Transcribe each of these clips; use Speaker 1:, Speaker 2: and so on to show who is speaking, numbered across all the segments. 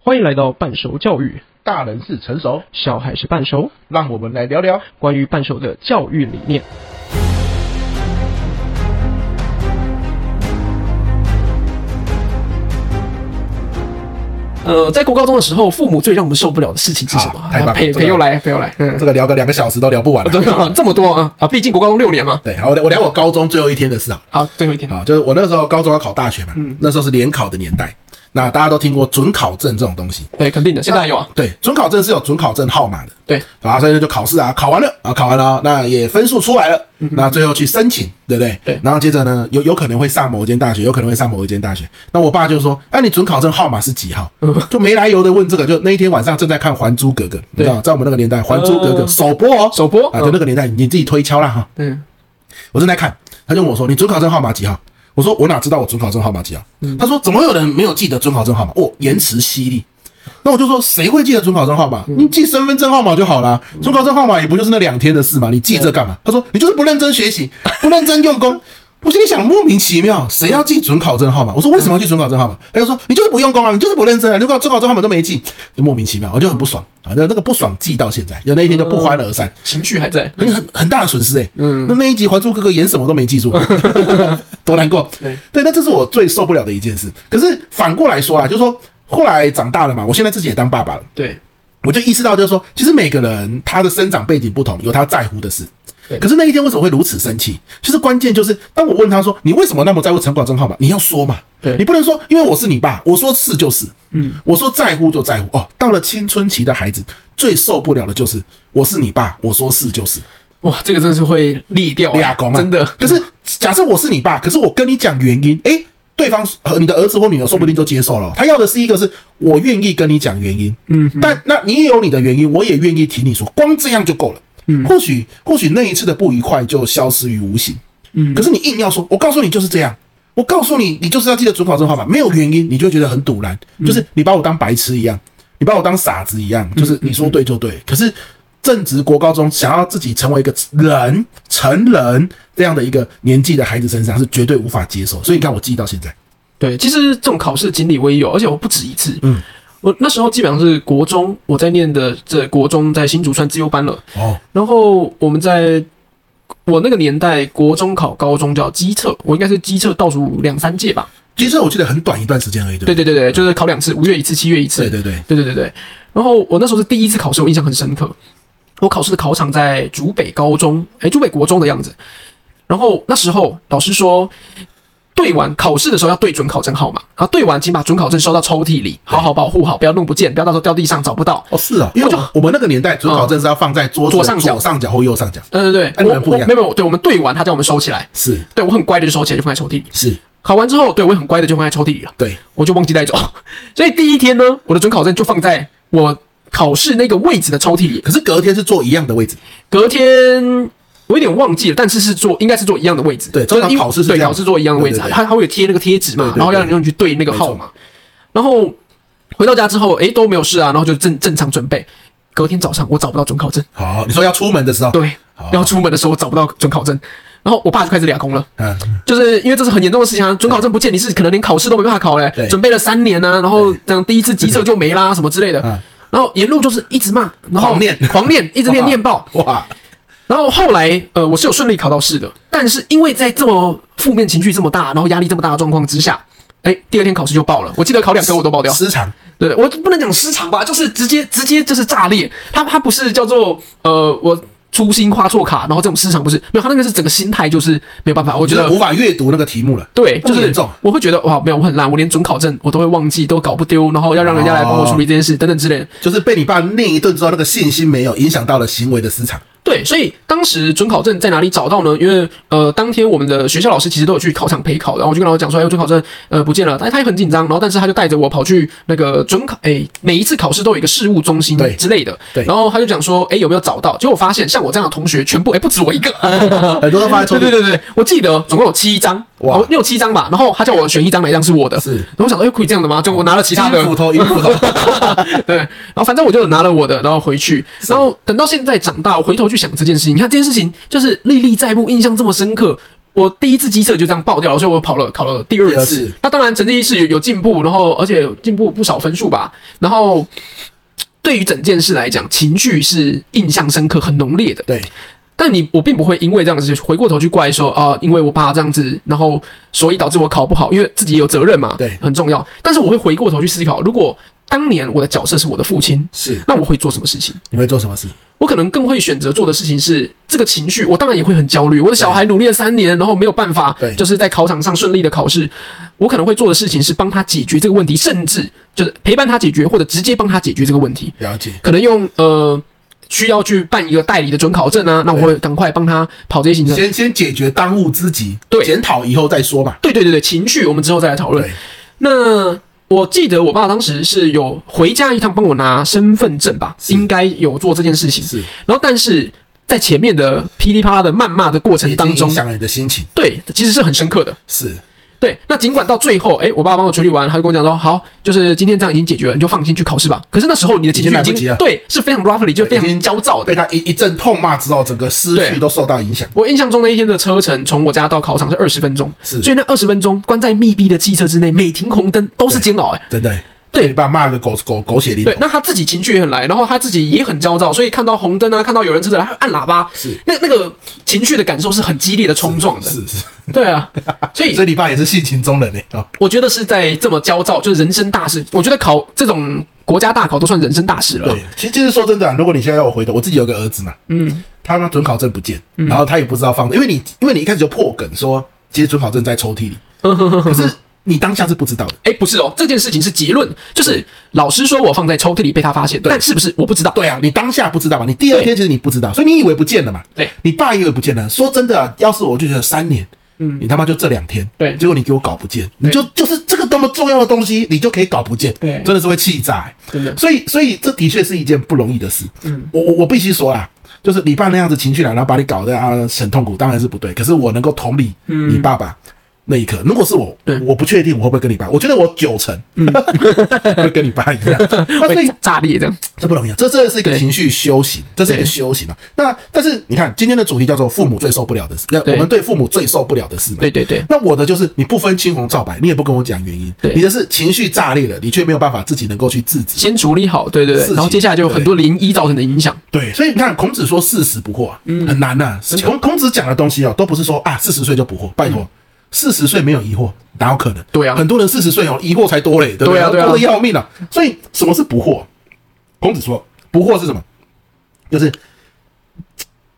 Speaker 1: 欢迎来到半熟教育，
Speaker 2: 大人是成熟，
Speaker 1: 小孩是半熟，
Speaker 2: 让我们来聊聊。
Speaker 1: 关于半熟的教育理念。呃，在国高中的时候，父母最让我们受不了的事情是什么？
Speaker 2: 啊太棒了
Speaker 1: 陪
Speaker 2: 这个
Speaker 1: 陪又来，陪又来，嗯，
Speaker 2: 这个聊个两个小时都聊不 完了。
Speaker 1: 对啊， 这么多啊啊！毕竟国高中六年嘛。
Speaker 2: 对，好，我聊我聊我高中最后一天的事啊。
Speaker 1: 好，最后一天，
Speaker 2: 好，就是我那时候高中要考大学嘛，那时候是联考的年代。那大家都听过准考证这种东西，
Speaker 1: 对，肯定的，现在还有啊，
Speaker 2: 对，准考证是有准考证号码的，
Speaker 1: 对，
Speaker 2: 啊，所以就考试啊，考完了啊，考完了，那也分数出来了，那最后去申请，对不对？
Speaker 1: 嗯对
Speaker 2: 然后接着呢，有有可能会上某一间大学，有可能会上某一间大学。那我爸就说：“哎、你准考证号码是几号？”
Speaker 1: 嗯
Speaker 2: 就没来由的问这个。就那一天晚上正在看《还珠格格》，你知道，在我们那个年代，《还珠格格》
Speaker 1: 哦
Speaker 2: 首播哦，
Speaker 1: 首播
Speaker 2: 啊，就那个年代，你自己推敲啦哈。
Speaker 1: 嗯，
Speaker 2: 我正在看，他就问我说：“你准考证号码几号？”我说：“我哪知道我准考证号码几号？”
Speaker 1: 嗯
Speaker 2: 他说：“怎么会有人没有记得准考证号码？”哦，言辞犀利。那我就说：“谁会记得准考证号码？
Speaker 1: 嗯
Speaker 2: 你记身份证号码就好啦。准考证号码也不就是那两天的事嘛，你记这干嘛？”他说：“你就是不认真 学习，不认真用功。”我心里想，莫名其妙，谁要记准考证号码？我说为什么要记准考证号码？他就说你就是不用功啊，你就是不认真啊，你考准考证号码都没记，就莫名其妙，我就很不爽啊，那那个不爽记到现在，有那一天就不欢而散。
Speaker 1: 嗯情绪还在，
Speaker 2: 很很很大的损失哎、嗯，那那一集《还珠格格》演什么都没 记住，多难过。
Speaker 1: 对
Speaker 2: 对，那这是我最受不了的一件事。可是反过来说啊，就是说后来长大了嘛，我现在自己也当爸爸了，
Speaker 1: 对，
Speaker 2: 我就意识到，就是说，其实每个人他的生长背景不同，有他在乎的事
Speaker 1: 对。
Speaker 2: 可是那一天为什么会如此生气？就是关键就是，当我问他说：“你为什么那么在乎陈广正号码？”你要说嘛，
Speaker 1: 对
Speaker 2: 你不能说因为我是你爸，我说是就是，嗯，我说在乎就在乎。哦，到了青春期的孩子最受不了的就是我是你爸，我说是就是。
Speaker 1: 哇，这个真的是会立掉啊，
Speaker 2: 俩公啊，
Speaker 1: 真的，
Speaker 2: 可是假设我是你爸，可是我跟你讲原因，诶，对方和你的儿子或女儿说不定就接受了哦。他要的是一个是我愿意跟你讲原因，嗯，但那你也有你的原因，我也愿意听你说，光这样就够了。嗯，或许或许那一次的不愉快就消失于无形。嗯，可是你硬要说，我告诉你就是这样。我告诉你，你就是要记得准考证号码，没有原因，你就会觉得很堵然，就是你把我当白痴一样，你把我当傻子一样，就是你说对就对。可是正值国高中，想要自己成为一个人、成人这样的一个年纪的孩子身上是绝对无法接受。所以你看，我记到现在，
Speaker 1: 对，其实这种考试经历我也有，而且我不止一次。
Speaker 2: 嗯，
Speaker 1: 我那时候基本上是国中，我在念的这国中在新竹川自优班了。
Speaker 2: 哦，
Speaker 1: 然后我们在我那个年代，国中考高中叫机测，我应该是机测倒数两三届吧。
Speaker 2: 其实我记得很短一段时间而已，对不
Speaker 1: 对对对对，就是考两次，五月一次，七月一次。
Speaker 2: 对对对，
Speaker 1: 对对对对。然后我那时候是第一次考试，我印象很深刻。我考试的考场在竹北高中，哎，竹北国中的样子。然后那时候老师说，对完考试的时候要对准考证号码，然后对完请把准考证收到抽屉里，好好保护好，不要弄不见，不要到时候掉地上找不到。
Speaker 2: 哦是哦，因为我我们那个年代准考证是要放在桌子的
Speaker 1: 左上角
Speaker 2: 哦左上角或右上角，
Speaker 1: 对对
Speaker 2: 哎
Speaker 1: 对，
Speaker 2: 你
Speaker 1: 我
Speaker 2: 们不
Speaker 1: 我
Speaker 2: 一样
Speaker 1: 没有没有，对我们对完他叫我们收起来，
Speaker 2: 是
Speaker 1: 对我很乖的就收起来，就放在抽屉里。
Speaker 2: 是，
Speaker 1: 考完之后，对我也很乖的就放在抽屉里了。
Speaker 2: 对，
Speaker 1: 我就忘记带走。所以第一天呢，我的准考证就放在我考试那个位置的抽屉里。
Speaker 2: 可是隔天是坐一样的位置，
Speaker 1: 隔天我有点忘记了，但是是做应该是做一样的位置，
Speaker 2: 对
Speaker 1: 就是
Speaker 2: 通常
Speaker 1: 因为
Speaker 2: 考试是
Speaker 1: 对
Speaker 2: 这样
Speaker 1: 考试做一样的位置，
Speaker 2: 对对对
Speaker 1: 它它会有贴那个贴纸嘛
Speaker 2: 对，对对
Speaker 1: 然后让你用去对那个号码，然后回到家之后，诶，都没有事啊，然后就正正常准备。隔天早上我找不到准考证，
Speaker 2: 好，你说要出门的时候，
Speaker 1: 对
Speaker 2: 哦，
Speaker 1: 然后出门的时候我找不到准考证，然后我爸就开始俩工了。
Speaker 2: 嗯，
Speaker 1: 就是因为这是很严重的事情啊，准考证不见，你是可能连考试都没办法考嘞、
Speaker 2: 对
Speaker 1: 准备了三年呢、然后这样第一次机测就没啦，什么之类的
Speaker 2: 嗯，
Speaker 1: 然后沿路就是一直骂，然后
Speaker 2: 狂念
Speaker 1: 狂念，一直念念爆，
Speaker 2: 哇，
Speaker 1: 然后后来，呃，我是有顺利考到试的，但是因为在这么负面情绪这么大，然后压力这么大的状况之下，哎，第二天考试就爆了。我记得考两科我都爆掉，
Speaker 2: 失常，
Speaker 1: 对我不能讲失常吧，就是直接直接就是炸裂。他他不是叫做呃我粗心画错卡，然后这种失常不是没有，他那个是整个心态就是没有办法。我
Speaker 2: 我
Speaker 1: 觉
Speaker 2: 觉得
Speaker 1: 得
Speaker 2: 无法阅读那个题目了，
Speaker 1: 对，
Speaker 2: 这
Speaker 1: 就
Speaker 2: 么
Speaker 1: 是
Speaker 2: 严重
Speaker 1: 我会觉得哇，没有我很烂，我连准考证我都会忘记，都搞不丢，然后要让人家来帮我处理这件事、等等之类的。
Speaker 2: 就是被你爸念一顿之后，那个信心没有，影响到了行为的失常。
Speaker 1: 对，所以当时准考证在哪里找到呢？因为呃，当天我们的学校老师其实都有去考场陪考，然后我就跟老师讲说，哎，我准考证呃不见了，但他也很紧张，然后但是他就带着我跑去那个准考，哎，每一次考试都有一个事务中心
Speaker 2: 对
Speaker 1: 之类的，
Speaker 2: 对
Speaker 1: 然后他就讲说，哎，有没有找到？结果发现像我这样的同学全部，哎，不止我一个，
Speaker 2: 很多都放在抽
Speaker 1: 对
Speaker 2: 屉
Speaker 1: 对对对，我记得总共有七张，
Speaker 2: 哇
Speaker 1: 哇，六七张吧，然后他叫我选一张，哪一张是我的？
Speaker 2: 是
Speaker 1: 然后我想说，哎，可以这样的吗？就我拿了其他的
Speaker 2: 一斧头一斧头，
Speaker 1: 对，然后反正我就拿了我的，然后回去，然后等到现在长大，我回头去想这件事情，你看这件事情就是历历在目，印象这么深刻。我第一次机测就这样爆掉了，所以我跑了考了第二
Speaker 2: 第二
Speaker 1: 次
Speaker 2: 次。
Speaker 1: 那当然成绩是有有进步，然后而且有进步不少分数吧。然后对于整件事来讲，情绪是印象深刻、很浓烈的。
Speaker 2: 对，
Speaker 1: 但你我并不会因为这样子回过头去怪说啊、因为我爸这样子，然后所以导致我考不好，因为自己也有责任嘛，
Speaker 2: 对
Speaker 1: 很重要。但是我会回过头去思考，如果当年我的角色是我的父亲，
Speaker 2: 是
Speaker 1: 那我会做什么事情？
Speaker 2: 你会做什么事？
Speaker 1: 我可能更会选择做的事情是，这个情绪我当然也会很焦虑。我的小孩努力了三年，然后没有办法
Speaker 2: 对，
Speaker 1: 就是在考场上顺利的考试，我可能会做的事情是帮他解决这个问题，甚至就是陪伴他解决，或者直接帮他解决这个问题。
Speaker 2: 了解，
Speaker 1: 可能用呃需要去办一个代理的准考证啊，那我会赶快帮他跑这些行程。
Speaker 2: 先先解决当务之急，
Speaker 1: 对
Speaker 2: 检讨以后再说嘛。
Speaker 1: 对对对对，情绪我们之后再来讨论
Speaker 2: 对。
Speaker 1: 那我记得我爸当时是有回家一趟帮我拿身份证吧，
Speaker 2: 是
Speaker 1: 应该有做这件事情。
Speaker 2: 是
Speaker 1: 然后但是在前面的噼里啪啦的谩骂的过程
Speaker 2: 已
Speaker 1: 当
Speaker 2: 经影
Speaker 1: 中，
Speaker 2: 响了你的心情，
Speaker 1: 对，其实是很深刻的。
Speaker 2: 是
Speaker 1: 对，那尽管到最后，哎，我爸帮我处理完，他就跟我讲说，好，就是今天这样已经解决了，你就放心去考试吧。可是那时候你的情绪
Speaker 2: 已经来
Speaker 1: 已
Speaker 2: 不及
Speaker 1: 经
Speaker 2: 了
Speaker 1: 对是非常 roughly，就非
Speaker 2: 已
Speaker 1: 常
Speaker 2: 经
Speaker 1: 焦躁的
Speaker 2: 被。他一一阵痛骂之后，整个思
Speaker 1: 哦对
Speaker 2: 绪都受到影响。
Speaker 1: 我印象中那一天的车程，从我家到考场是二十分钟，
Speaker 2: 是
Speaker 1: 所以那二十分钟关在密闭的汽车之内，每停红灯都是煎熬、哎，
Speaker 2: 真的，
Speaker 1: 对
Speaker 2: 被你爸骂的狗狗狗血淋头
Speaker 1: 对，，那他自己情绪也很来，然后他自己也很焦躁，所以看到红灯啊，看到有人车子来，他按喇叭，
Speaker 2: 是
Speaker 1: 那那个情绪的感受是很激烈的冲撞的，
Speaker 2: 是是，
Speaker 1: 对 啊，所以
Speaker 2: 所以你爸也是性情中人呢啊，
Speaker 1: 我觉得是在这么焦躁，就是人生大事，我觉得考这种国家大考都算人生大事了，
Speaker 2: 对，其实其实说真的、啊，如果你现在要我回头，我自己有个儿子嘛，嗯，他妈准考证不见，
Speaker 1: 嗯
Speaker 2: 然后他也不知道放，因为你因为你一开始就破梗说，其实准考证在抽屉里，
Speaker 1: 嗯
Speaker 2: 可是你当下是不知道的，
Speaker 1: 哎，不是哦，这件事情是结论，就是老师说我放在抽屉里被他发现，但是不是我不知道，
Speaker 2: 对啊，你当下不知道嘛，你第二天其实你不知道，所以你以为不见了嘛，
Speaker 1: 对
Speaker 2: 你爸以为不见了，说真的、啊，要是我就觉得三年。嗯，你他妈就这两天，
Speaker 1: 对
Speaker 2: 结果你给我搞不见，你就就是这个多么重要的东西，你就可以搞不见，
Speaker 1: 对
Speaker 2: 真的是会气炸、欸
Speaker 1: 真的
Speaker 2: 所以，所以这的确是一件不容易的事。嗯，我我我必须说啦，就是你爸那样子情绪来，然后把你搞得啊很痛苦，当然是不对。可是我能够同理你爸爸那一刻，如果是我
Speaker 1: 嗯对，嗯
Speaker 2: 我不确定我会不会跟你爸，我觉得我九成、 会跟你爸一 样。那所
Speaker 1: 会
Speaker 2: 以
Speaker 1: 炸裂这样。
Speaker 2: 这不容易啊，这这是一个
Speaker 1: 对
Speaker 2: 情绪修行，这是一个修行啊。那但是你看，今天的主题叫做父母最受不了的事，那
Speaker 1: 对
Speaker 2: 我们对父母最受不了的事嘛。
Speaker 1: 对对对
Speaker 2: 那我的就是你不分青红皂白，你也不跟我讲原因
Speaker 1: 对，
Speaker 2: 你的是情绪炸裂了，你却没有办法自己能够去制止。
Speaker 1: 先处理好，对对对
Speaker 2: 事，情
Speaker 1: 然后接下来就有很多涟漪造成的影响，
Speaker 2: 对，所以你看，孔子说四十不惑啊，
Speaker 1: 嗯
Speaker 2: 很难呐、孔孔子讲的东西哦，都不是说啊四十岁就不惑，拜托。四十岁没有疑惑，哪有可能？
Speaker 1: 嗯对啊
Speaker 2: 很多人四十岁哦，疑惑才多嘞，对不
Speaker 1: 对啊对啊
Speaker 2: 多的要命啊！所以什么是不惑？孔子说，不惑是什么？就是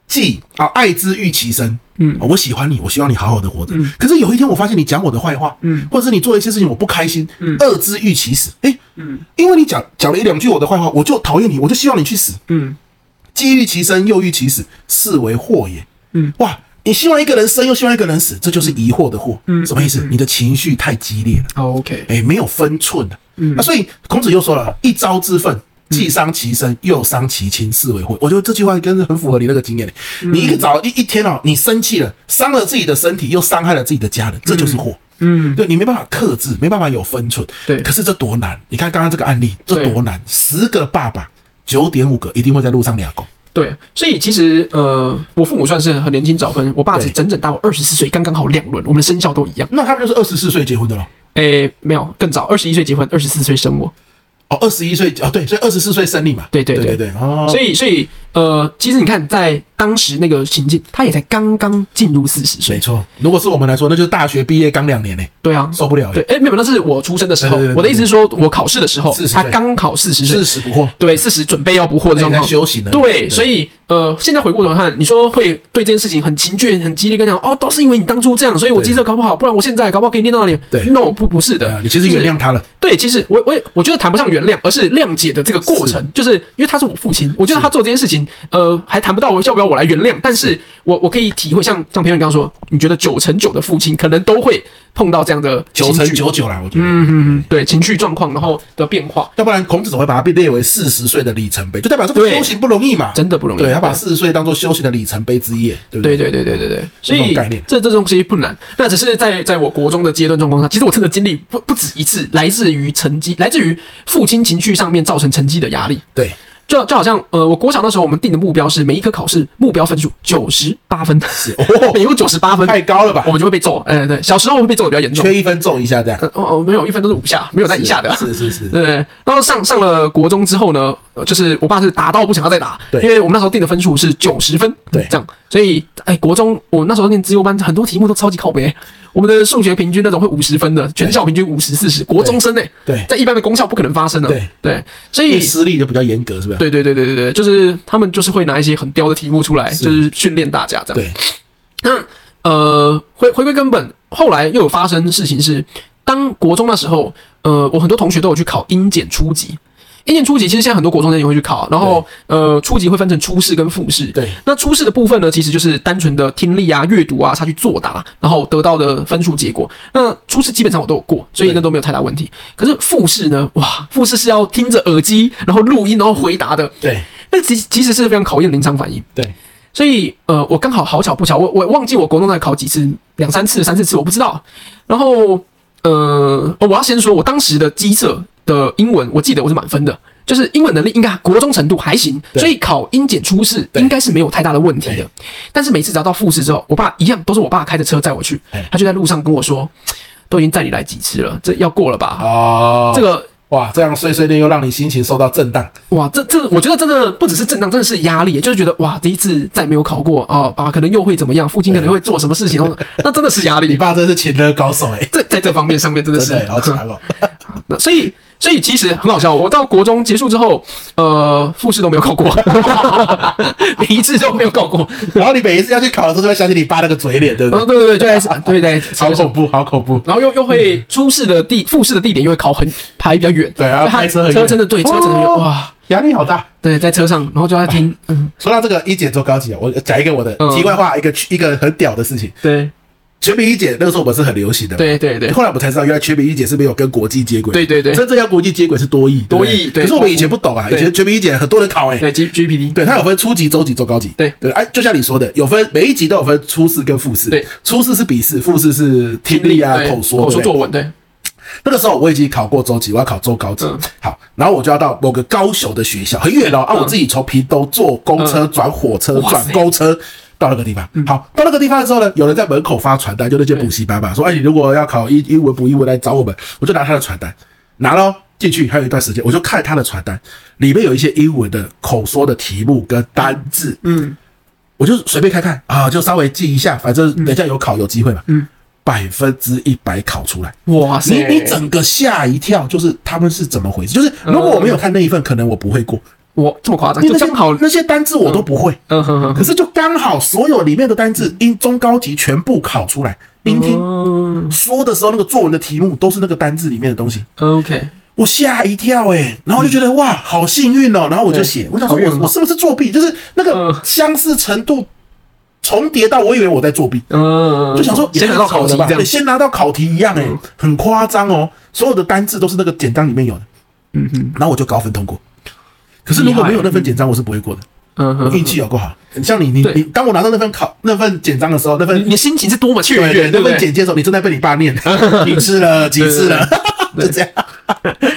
Speaker 2: 既啊爱之欲其生，嗯，我喜欢你，我希望你好好的活着。可是有一天我发现你讲我的坏话，嗯，或者是你做了一些事情我不开心，嗯，恶之欲其死，哎、嗯，因为你讲讲了一两句我的坏话，我就讨厌你，我就希望你去死，
Speaker 1: 嗯，
Speaker 2: 既欲其生又欲其死，是为祸也，嗯，哇。你希望一个人生，又希望一个人死，这就是疑惑的惑。嗯，什么意思？你的情绪太激烈了。
Speaker 1: OK，
Speaker 2: 哎，没有分寸的。嗯，那所以孔子又说了一朝之愤。
Speaker 1: 嗯
Speaker 2: 既伤其身，又伤其亲，是为祸。我觉得这句话真的很符合你那个经验、
Speaker 1: 嗯
Speaker 2: 你一个早一一天哦，你生气了，伤了自己的身体，又伤害了自己的家人，这就是祸。嗯，对你没办法克制，没办法有分寸。
Speaker 1: 对
Speaker 2: 可是这多难！你看刚刚这个案例，这
Speaker 1: 对
Speaker 2: 多难！十个爸爸，九点五个一定会在路上俩狗。
Speaker 1: 对，所以其实呃，我父母算是很年轻早婚，我爸只
Speaker 2: 对
Speaker 1: 整整大我二十四岁，刚刚好两轮，我们的生肖都一样。
Speaker 2: 那他们就是二十四岁结婚的咯。
Speaker 1: 诶，没有更早，二十一岁结婚，二十四岁生我。
Speaker 2: 哦，二十一岁哦，对，所以二十四岁生你嘛。
Speaker 1: 对对
Speaker 2: 对
Speaker 1: 对
Speaker 2: 对，哦，
Speaker 1: 所以所以呃，其实你看，在当时那个情境，他也才刚刚进入四十
Speaker 2: 没
Speaker 1: 岁。
Speaker 2: 错。如果是我们来说，那就是大学毕业刚两年呢、
Speaker 1: 对啊，
Speaker 2: 受不了了
Speaker 1: 对，哎，没有，那是我出生的时候
Speaker 2: 对对对。对
Speaker 1: 我的意思是说，我考试的时候
Speaker 2: 40，
Speaker 1: 他
Speaker 2: 岁
Speaker 1: 刚考四十岁
Speaker 2: 四，十不惑。
Speaker 1: 对，四十准备要不惑的状况，
Speaker 2: 在休息呢
Speaker 1: 对，
Speaker 2: 对
Speaker 1: 所以呃，现在回过头看，你说会对这件事情很情绪很激烈，跟你讲哦，都是因为你当初这样，所以我
Speaker 2: 对
Speaker 1: 机车考不好，不然我现在搞不好可以念到你。
Speaker 2: 对
Speaker 1: ，no，不不是的，
Speaker 2: 呃，你其实原谅他了，
Speaker 1: 就是。对，其实我我也我觉得谈不上原谅，而是谅解的这个过程，就是因为他是我父亲，我觉得他做这件事情，呃，还谈不到我要不要我来原谅，但是我我可以体会，像像朋友你刚刚说，你觉得九成九的父亲可能都会碰到这样的
Speaker 2: 九
Speaker 1: 情
Speaker 2: 成
Speaker 1: 绪
Speaker 2: 九，九啦，我觉得。
Speaker 1: 嗯嗯，对，情绪状况然后的变化，
Speaker 2: 要不然孔子怎么会把它被列为四十岁的里程碑？就代表这个
Speaker 1: 对
Speaker 2: 修行不容易嘛，
Speaker 1: 真的不容易
Speaker 2: 对，他把四十岁当做修行的里程碑之一，对不
Speaker 1: 对
Speaker 2: 对？哦
Speaker 1: 对对对对对，所
Speaker 2: 这
Speaker 1: 以
Speaker 2: 种概念
Speaker 1: 这这东西不难。那只是在在我国中的阶段状况下，其实我真的经历不不止一次，来自于成绩，来自于父亲情绪上面造成成绩的压力。
Speaker 2: 对
Speaker 1: 就就好像呃，我国小那时候我们定的目标是每一科考试目标分数九十八分， 每一科九十八分，
Speaker 2: 哦太高了吧
Speaker 1: 我？们就会被揍。哎、对，小时候会被揍的比较严重。
Speaker 2: 缺一分揍一下这样，
Speaker 1: 呃哦哦，没有，一分都是五下，没有在以下的。
Speaker 2: 是是是，
Speaker 1: 对，然后上上了国中之后呢，呃就是我爸是打到不想要再打，
Speaker 2: 对
Speaker 1: 因为我们那时候定的分数是九十分，
Speaker 2: 对
Speaker 1: 这样，所以哎，国中我那时候念资优班，很多题目都超级靠北，我们的数学平均那种会五十分的，全校平均五十四十，国中生呢，
Speaker 2: 对
Speaker 1: 在一般的公校不可能发生的，
Speaker 2: 对
Speaker 1: 对，所
Speaker 2: 因为
Speaker 1: 以
Speaker 2: 私立就比较严格，是不是？
Speaker 1: 对对对对对对，就是他们就是会拿一些很刁的题目出来，就是训练大家这样，
Speaker 2: 对，
Speaker 1: 那呃，回回归根本，后来又有发生事情是，当国中那时候，呃，我很多同学都有去考英检初级。英检初级其实现在很多国中生也会去考，然后呃，初级会分成初试跟复试。
Speaker 2: 对，
Speaker 1: 那初试的部分呢，其实就是单纯的听力啊、阅读啊，他去作答，然后得到的分数结果。那初试基本上我都有过，所以那都没有太大问题。可是复试呢，哇，复试是要听着耳机，然后录音，然后回答的，
Speaker 2: 对
Speaker 1: 那其其实是非常考验临场反应。
Speaker 2: 对，
Speaker 1: 所以呃，我刚好好巧不巧，我我忘记我国中在考几次，两三次、三四次，我不知道。然后呃，哦我要先说，我当时的机测的英文，我记得我是满分的，就是英文能力应该国中程度还行，
Speaker 2: 对
Speaker 1: 所以考英检初试
Speaker 2: 对
Speaker 1: 应该是没有太大的问题的
Speaker 2: 对。
Speaker 1: 但是每次只要到复试之后，我爸一样都是我爸开着车载我去
Speaker 2: 哎，
Speaker 1: 他就在路上跟我说，都已经载你来几次了，这要过了吧？
Speaker 2: 哦，
Speaker 1: 这个
Speaker 2: 哇，这样碎碎念又让你心情受到震荡，
Speaker 1: 哇，这这，我觉得真的不只是震荡，真的是压力，就是觉得哇，第一次再没有考过哦，啊，可能又会怎么样，父亲可能会做什么事情，然后 那真的是压
Speaker 2: 你
Speaker 1: 力。
Speaker 2: 爸真是情勒高手哎，
Speaker 1: 在在这方面上面真的
Speaker 2: 真
Speaker 1: 是
Speaker 2: 的好强哦，
Speaker 1: 那所以所以其实很好笑。我到国中结束之后，呃，复试都没有考过， 每一次都没有考过。
Speaker 2: 然后你每一次要去考的时候，就会想起你爸那个嘴 脸，对不
Speaker 1: 然后
Speaker 2: 对？
Speaker 1: 对对对，就开始对对，
Speaker 2: 好恐怖，好恐怖。
Speaker 1: 然后又又会初试的地复试的地点又会考很排比较远，
Speaker 2: 对啊
Speaker 1: 所以他
Speaker 2: 开车很远
Speaker 1: 车真的对车真的远
Speaker 2: 哦
Speaker 1: 哇，
Speaker 2: 压力好大。
Speaker 1: 对，在车上，然后就在 听，嗯，
Speaker 2: 说到这个一姐做高级啊，我讲一个我的
Speaker 1: 嗯
Speaker 2: 题外话，一个一个很屌的事情。
Speaker 1: 对
Speaker 2: 全民一姐那个时候我们是很流行的，。
Speaker 1: 对对对
Speaker 2: 后来我们才知道，原来全民一姐是没有跟国际接轨。
Speaker 1: 对对对
Speaker 2: 真正要国际接轨是多益，对不
Speaker 1: 多
Speaker 2: 对
Speaker 1: 益对
Speaker 2: 可是我们以前不懂啊，以
Speaker 1: 对
Speaker 2: 前全民一姐很多人考哎，
Speaker 1: 对，G G P D，
Speaker 2: 对，它有分初级、中级、中高级。
Speaker 1: 对
Speaker 2: 对，哎，就像你说的，有分每一级都有分初试跟复试。
Speaker 1: 对，
Speaker 2: 初试是笔试，复试是听力啊、口说、
Speaker 1: 口说
Speaker 2: 对不对
Speaker 1: 作文，对
Speaker 2: 那个时候我已经考过中级，我要考中高级。
Speaker 1: 嗯
Speaker 2: 好，然后我就要到某个高雄的学校，很远哦。啊，我自己从屏东坐公车、转火车、
Speaker 1: 嗯哇嗯
Speaker 2: 转
Speaker 1: 塞
Speaker 2: 公车。到那个地方，好，到那个地方的时候呢，有人在门口发传单，就那些补习班嘛，说，哎，你如果要考英英文补英文来找我们，我就拿他的传单，拿了进去，还有一段时间，我就看他的传单，里面有一些英文的口说的题目跟单字，
Speaker 1: 嗯，
Speaker 2: 我就随便看看啊，就稍微记一下，反正等一下有考有机会嘛，嗯，百分之一百考出来，
Speaker 1: 哇
Speaker 2: 你
Speaker 1: 塞，
Speaker 2: 你整个吓一跳，就是他们是怎么回事？就是
Speaker 1: 嗯
Speaker 2: 如果我没有看那一份，可能我不会过，
Speaker 1: 我这么夸张，
Speaker 2: 因
Speaker 1: 就
Speaker 2: 为那
Speaker 1: 刚
Speaker 2: 些
Speaker 1: 好，
Speaker 2: 那些单字我都不会，
Speaker 1: 嗯哼哼
Speaker 2: 可是就刚好所有里面的单字，英中高级全部考出来，聆听
Speaker 1: 嗯
Speaker 2: 说的时候那个作文的题目都是那个单字里面的东西，
Speaker 1: ，OK，
Speaker 2: 我吓一跳哎、然后就觉得哇，好幸运哦，然后我就写
Speaker 1: 对，
Speaker 2: 我想说
Speaker 1: 好运哦
Speaker 2: 我我是不是作弊？就是那个
Speaker 1: 嗯
Speaker 2: 相似程度重叠到我以为我在作弊。
Speaker 1: 嗯，
Speaker 2: 就想说
Speaker 1: 先拿到考题
Speaker 2: 吧，
Speaker 1: 这样
Speaker 2: 对，，先拿到考题一样、欸，
Speaker 1: 嗯
Speaker 2: 很夸张哦。所有的单字都是那个简章里面有的，
Speaker 1: 嗯哼，
Speaker 2: 然后我就高分通过。可是如果没有那份简章，我是不会过的。
Speaker 1: 嗯哼，
Speaker 2: 运气有够好，很像你，你
Speaker 1: 对
Speaker 2: 你，当我拿到那份考那份简章的时候，那份
Speaker 1: 你的心情是多么雀
Speaker 2: 对
Speaker 1: 跃，
Speaker 2: 对那
Speaker 1: 对不
Speaker 2: 份
Speaker 1: 对？
Speaker 2: 简介的时候，你正在被你 爸念，你吃了几次了， 就这样。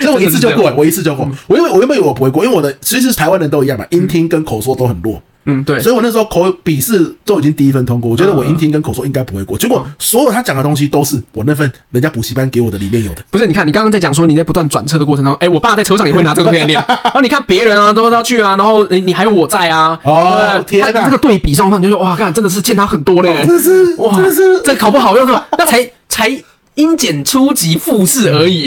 Speaker 2: 所以我一次就过，欸我一次就
Speaker 1: 嗯
Speaker 2: 过。我因为我原本以为我不会过，因为我的其实台湾人都一样嘛，音听跟口说都很弱。
Speaker 1: 嗯，对，
Speaker 2: 所以我那时候口笔试都已经第一分通过，我觉
Speaker 1: 嗯
Speaker 2: 得我音听跟口说应该不会过。结果所有他讲的东西都是我那份人家补习班给我的里面有的。
Speaker 1: 不是，你看你刚刚在讲说你在不断转车的过程当中，哎，我爸在车上也会拿这个概 念，然后你看别人啊都要去啊，然后你你还有我在啊，
Speaker 2: 哦
Speaker 1: 对不对
Speaker 2: 天哪
Speaker 1: 他这个对比上，你就说哇，看真的是欠他很多嘞，
Speaker 2: 真的是
Speaker 1: 哎哇，
Speaker 2: 真的是
Speaker 1: 这考不好又 是吧？那才才英检初级复试而 已，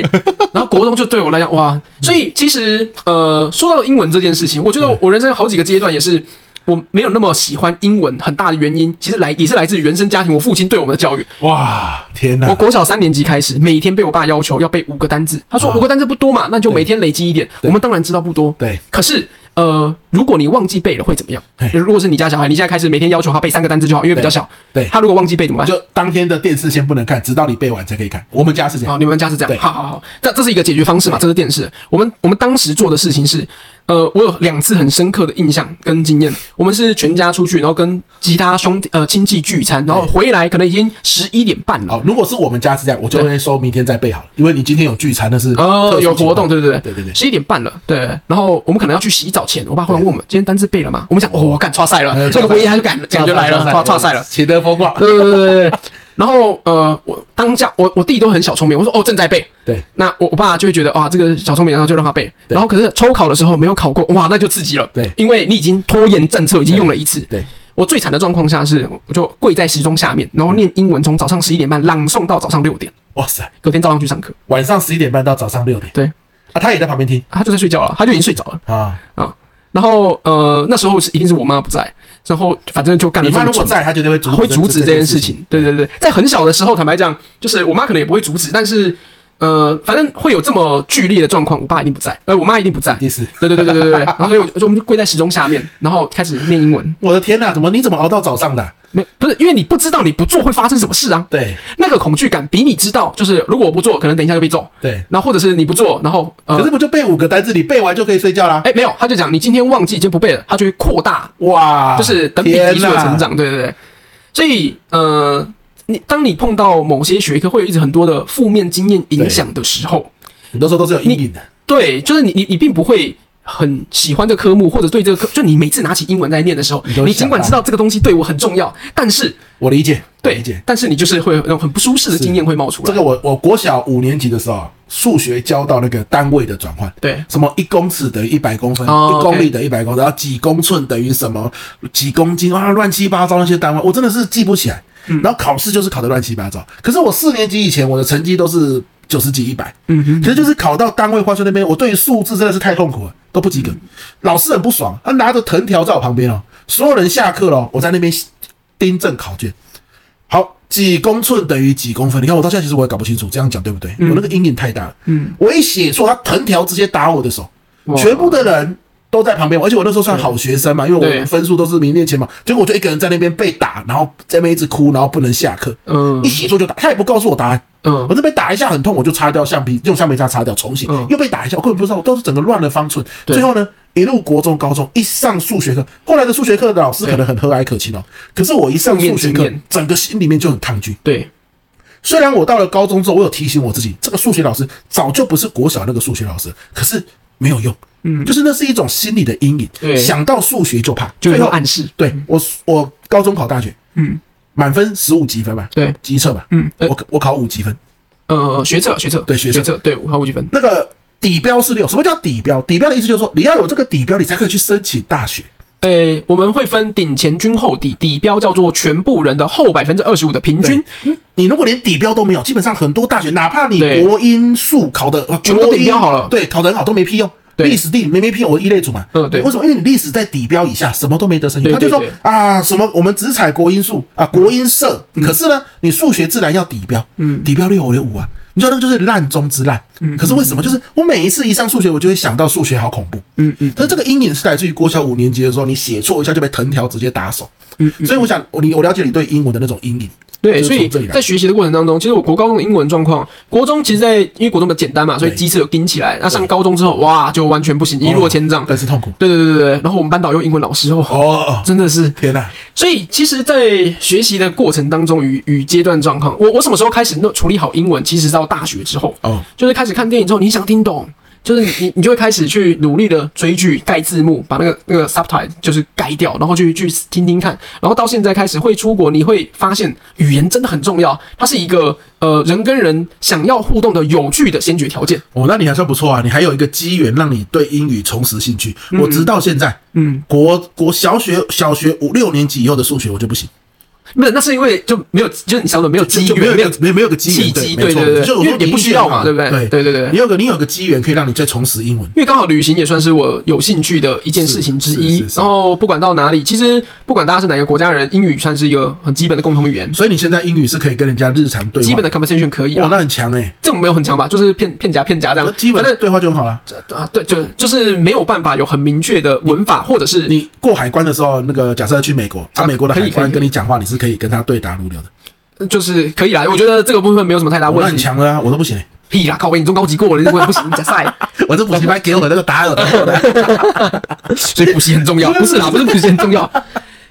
Speaker 1: 然后国中就对我来讲哇，所以其实呃，说到英文这件事情，我觉得我人生有好几个阶段也是。我没有那么喜欢英文，很大的原因其实来也是来自于原生家庭，我父亲对我们的 教育。
Speaker 2: 哇，天
Speaker 1: 我
Speaker 2: 哪！
Speaker 1: 国小三年级开始，每天被我爸要求要背五个单字。他说
Speaker 2: 啊
Speaker 1: 五个单字不多嘛，那就每天累积一点。我们当然知道不多，
Speaker 2: 对
Speaker 1: 可是呃，如果你忘记背了会怎么样
Speaker 2: 嘿？
Speaker 1: 如果是你家小孩，你现在开始每天要求他背三个单字就好，因为比较小。
Speaker 2: 对对
Speaker 1: 他如果忘记背怎么办？
Speaker 2: 就当天的电视先不能看，直到你背完才可以看。我们家是这样
Speaker 1: 好，，你们家是这样
Speaker 2: 对，
Speaker 1: 好好好，这这是一个解决方式嘛，这是电视。我们我们当时做的事情是，呃，我有两次很深刻的印象跟经验。我们是全家出去，然后跟其他兄弟呃亲戚聚餐，然后回来可能已经十一点半了。
Speaker 2: 好，如果是我们家是这样，我就会说明天再备好了，因为你今天有聚餐，那是特
Speaker 1: 呃，
Speaker 2: 殊
Speaker 1: 有
Speaker 2: 情
Speaker 1: 活
Speaker 2: 况
Speaker 1: 动，对对对
Speaker 2: 对对对
Speaker 1: 十一点半了，对。然后我们可能要去洗澡前，我爸忽然问我们今天单字背了吗？我们想，哦，我干，刷赛了，
Speaker 2: 呃
Speaker 1: 这个回忆他就感感觉来了，刷刷赛了。
Speaker 2: 起得风光。
Speaker 1: 对对对对对。然后呃，我当下我我弟都很小聪明，我说哦正在背，
Speaker 2: 对，
Speaker 1: 那我我爸就会觉得哇这个小聪明，然后就让他背。
Speaker 2: 对
Speaker 1: 然后可是抽考的时候没有考过，哇那就刺激了，
Speaker 2: 对
Speaker 1: 因为你已经拖延政策已经用了一次。
Speaker 2: 对，
Speaker 1: 我最惨的状况下是，我就跪在时钟下面，然后念英文，从早上十一点半朗诵到早上六点，
Speaker 2: 哇塞，
Speaker 1: 隔天照样去上课。
Speaker 2: 晚上十一点半到早上六点，
Speaker 1: 对
Speaker 2: 啊，他也在旁边听
Speaker 1: 啊他就在睡觉了，他就已经睡着了
Speaker 2: 啊。
Speaker 1: 啊。然后呃那时候是一定是我妈不在，然后反正就干了
Speaker 2: 你
Speaker 1: 这
Speaker 2: 妈
Speaker 1: 么
Speaker 2: 如果
Speaker 1: 蠢
Speaker 2: 在，他绝对会阻
Speaker 1: 会阻止这件事
Speaker 2: 事
Speaker 1: 情。。对对对，在很小的时候，坦白讲，就是我妈可能也不会阻止，但是呃，反正会有这么剧烈的状况，我爸一定不在，呃，我妈一定不在。
Speaker 2: 第四，
Speaker 1: 对对对对对 对对。然后所以我就我们就跪在时钟下面，然后开始念英文。
Speaker 2: 我的天哪，怎么你怎么熬到早上的啊？
Speaker 1: 没不是因为你不知道你不做会发生什么事啊，
Speaker 2: 对
Speaker 1: 那个恐惧感比你知道，就是如果我不做，可能等一下就被揍。
Speaker 2: 对，
Speaker 1: 然后或者是你不做，然后呃
Speaker 2: 可是，不就背五个单字，你背完就可以睡觉啦？
Speaker 1: 哎，没有，他就讲你今天忘记，已经不背了，他就会扩大
Speaker 2: 哇，
Speaker 1: 就是等比
Speaker 2: 啊天
Speaker 1: 级数的
Speaker 2: 哪
Speaker 1: 成。长，对对对。所以呃，你当你碰到某些学科会有一直很多的负面经验影响的时候，
Speaker 2: 很多时候都是有阴影的，
Speaker 1: 对，就是你你你并不会。很喜欢这个科目，或者对这个科，就你每次拿起英文在念的时候
Speaker 2: 你都，会
Speaker 1: 你尽管
Speaker 2: 想
Speaker 1: 知
Speaker 2: 到
Speaker 1: 道这个东西对我很重要，但是
Speaker 2: 我理解，我
Speaker 1: 对
Speaker 2: 理解，。
Speaker 1: 但是你就是会有那种很不舒适的经验会冒出来。
Speaker 2: 这个我我国小五年级的时候啊，数学教到那个单位的转换，
Speaker 1: 对
Speaker 2: 什么一公尺等于一百公分，
Speaker 1: 哦
Speaker 2: 一公里等于一百公分，然后几公寸等于什么几公斤啊，乱七八糟那些单位，我真的是记不起来。然后考试就是考的乱七八糟，可是我四年级以前我的成绩都是九十几、一百，嗯哼，可是就是考到单位化学那边，我对于数字真的是太痛苦了，都不及格，老师很不爽，他拿着藤条在我旁边哦，所有人下课了，我在那边订正考卷，好，几公寸等于几公分？你看我到现在其实我也搞不清楚，这样讲对不
Speaker 1: 嗯
Speaker 2: 对？我那个阴影太大了。嗯，我一写错，他藤条直接打我的手，
Speaker 1: 哇
Speaker 2: 全部的人都在旁边，而且我那时候算好学生嘛，因为
Speaker 1: 对
Speaker 2: 我分数都是名列前茅，结果我就一个人在那边被打，然后在那边一直哭，然后不能下课。
Speaker 1: 嗯
Speaker 2: 一写错就打，他也不告诉我答案。
Speaker 1: 嗯
Speaker 2: 我这边打一下很痛，我就擦掉橡皮，用橡皮擦擦掉，重写，
Speaker 1: 嗯
Speaker 2: 又被打一下，我根本不知道，我都是整个乱了方寸。
Speaker 1: 对
Speaker 2: 最后呢，一路国中、高中一上数学课，后来的数学课的老师可能很和蔼可亲哦，可是我一上数学
Speaker 1: 负面经
Speaker 2: 课
Speaker 1: 验，
Speaker 2: 整个心里面就很抗拒。
Speaker 1: 对，
Speaker 2: 虽然我到了高中之后，我有提醒我自己，这个数学老师早就不是国小那个数学老师，可是没有用，嗯，就是那是一种心理的阴
Speaker 1: 对
Speaker 2: 影，想到数学就怕，
Speaker 1: 就有
Speaker 2: 最
Speaker 1: 一个
Speaker 2: 后
Speaker 1: 暗示。
Speaker 2: 对我，我高中考大学，
Speaker 1: 嗯，
Speaker 2: 满分十五积分吧，
Speaker 1: 对，
Speaker 2: 机测吧，
Speaker 1: 嗯呃
Speaker 2: 我我考五积分，
Speaker 1: 呃，学测学测
Speaker 2: 对学测
Speaker 1: 学测对，我考五积分。
Speaker 2: 那个底标是六。什么叫底标？底标的意思就是说，你要有这个底标，你才可以去申请大学。
Speaker 1: 诶、我们会分顶前均后底，底标叫做全部人的后百分之二十五的平均，
Speaker 2: 你如果连底标都没有，基本上很多大学，哪怕你
Speaker 1: 对
Speaker 2: 国英数考的呃
Speaker 1: 全部顶标好了
Speaker 2: 对，考得很好都没屁用。
Speaker 1: 对
Speaker 2: 历史地理没没屁用，我一类组嘛。
Speaker 1: 嗯对
Speaker 2: 为什么？因为你历史在底标以下，什么都没得申请。
Speaker 1: 对
Speaker 2: 他就说
Speaker 1: 对对
Speaker 2: 啊，什么我们只采国英数啊，国英社，
Speaker 1: 嗯
Speaker 2: 可是呢，你数学自然要底标，嗯，底标六我的五啊，你知道那个就是烂中之烂。嗯，可是为什么？就是我每一次一上数学，我就会想到数学好恐怖。嗯嗯，但这个阴影是来自于国小五年级的时候，你写错一下就被藤条直接打手。嗯，所以我想，我你我了解你对英文的那种阴影。
Speaker 1: 对，
Speaker 2: 就是
Speaker 1: 所以
Speaker 2: 从这里来
Speaker 1: 在学习的过程当中，其实我国高中的英文状况，国中其实在因为国中比较简单嘛，所以
Speaker 2: 对
Speaker 1: 基础有盯起来。那上高中之后，哇，就完全不行，一落千丈。
Speaker 2: 哦更是痛苦。
Speaker 1: 对对对对对。然后我们班导又英文老师哦，
Speaker 2: 哦，
Speaker 1: 真的是。
Speaker 2: 天哪、
Speaker 1: 所以其实，在学习的过程当中，与与阶段状况，我我什么时候开始弄处理好英文？其实是到大学之后，
Speaker 2: 哦，
Speaker 1: 就是开始看电影之后，你想听懂，就是你你你就会开始去努力的追剧、盖字幕，把那个那个 subtitle 就是盖掉，然后去去听听看，然后到现在开始会出国，你会发现语言真的很重要，它是一个呃人跟人想要互动的有趣的先决条件。
Speaker 2: 哦，那你还算不错啊，你还有一个机缘让你对英语重拾兴趣。我直到现在，
Speaker 1: 嗯，
Speaker 2: 国国小学小学五六年级以后的数学我就不行，
Speaker 1: 没有，那是因为就没有，就是你想的没有机
Speaker 2: 就就没
Speaker 1: 缘，
Speaker 2: 有
Speaker 1: 没
Speaker 2: 一
Speaker 1: 有
Speaker 2: 个没有没有一个机
Speaker 1: 契
Speaker 2: 缘，
Speaker 1: 机，
Speaker 2: 没
Speaker 1: 对
Speaker 2: 错
Speaker 1: 对对，
Speaker 2: 就
Speaker 1: 因
Speaker 2: 我说
Speaker 1: 为也
Speaker 2: 你
Speaker 1: 不需要嘛，对不对？
Speaker 2: 对
Speaker 1: 对对对
Speaker 2: 你。有个你有个机缘可以让你再重拾英文。
Speaker 1: 因为刚好旅行也算是我有兴趣的一件事情之一
Speaker 2: 是是，是
Speaker 1: 然后不管到哪里，其实不管大家是哪个国家人，英语算是一个很基本的共同语言，
Speaker 2: 所以你现在英语是可以跟人家日常对话，
Speaker 1: 基本的 conversation 可以
Speaker 2: 哇，
Speaker 1: 啊。
Speaker 2: 那很强哎、
Speaker 1: 这种没有很强吧，就是骗骗夹骗夹这
Speaker 2: 欸，
Speaker 1: 样。
Speaker 2: 基本
Speaker 1: 反
Speaker 2: 的对话就很好了。
Speaker 1: 正啊，对，就就是没有办法有很明确的文法，或者是
Speaker 2: 你过海关的时候，那个假设去美国，他、
Speaker 1: 啊
Speaker 2: 美国的
Speaker 1: 可以
Speaker 2: 海
Speaker 1: 可
Speaker 2: 关
Speaker 1: 以
Speaker 2: 跟你讲话，你是可以跟他对答如流的，哦
Speaker 1: 就是可以啦。我觉得这个部分没有什么太大
Speaker 2: 我那
Speaker 1: 问
Speaker 2: 很
Speaker 1: 题。
Speaker 2: 强了啊，我都不行、欸。
Speaker 1: 屁啦，靠北，你中高级过了，我也不行，假 赛。
Speaker 2: 我这补习班给我的那个答案，我都有的
Speaker 1: 所以补习很重 要，不是啦，不是补习很重 要。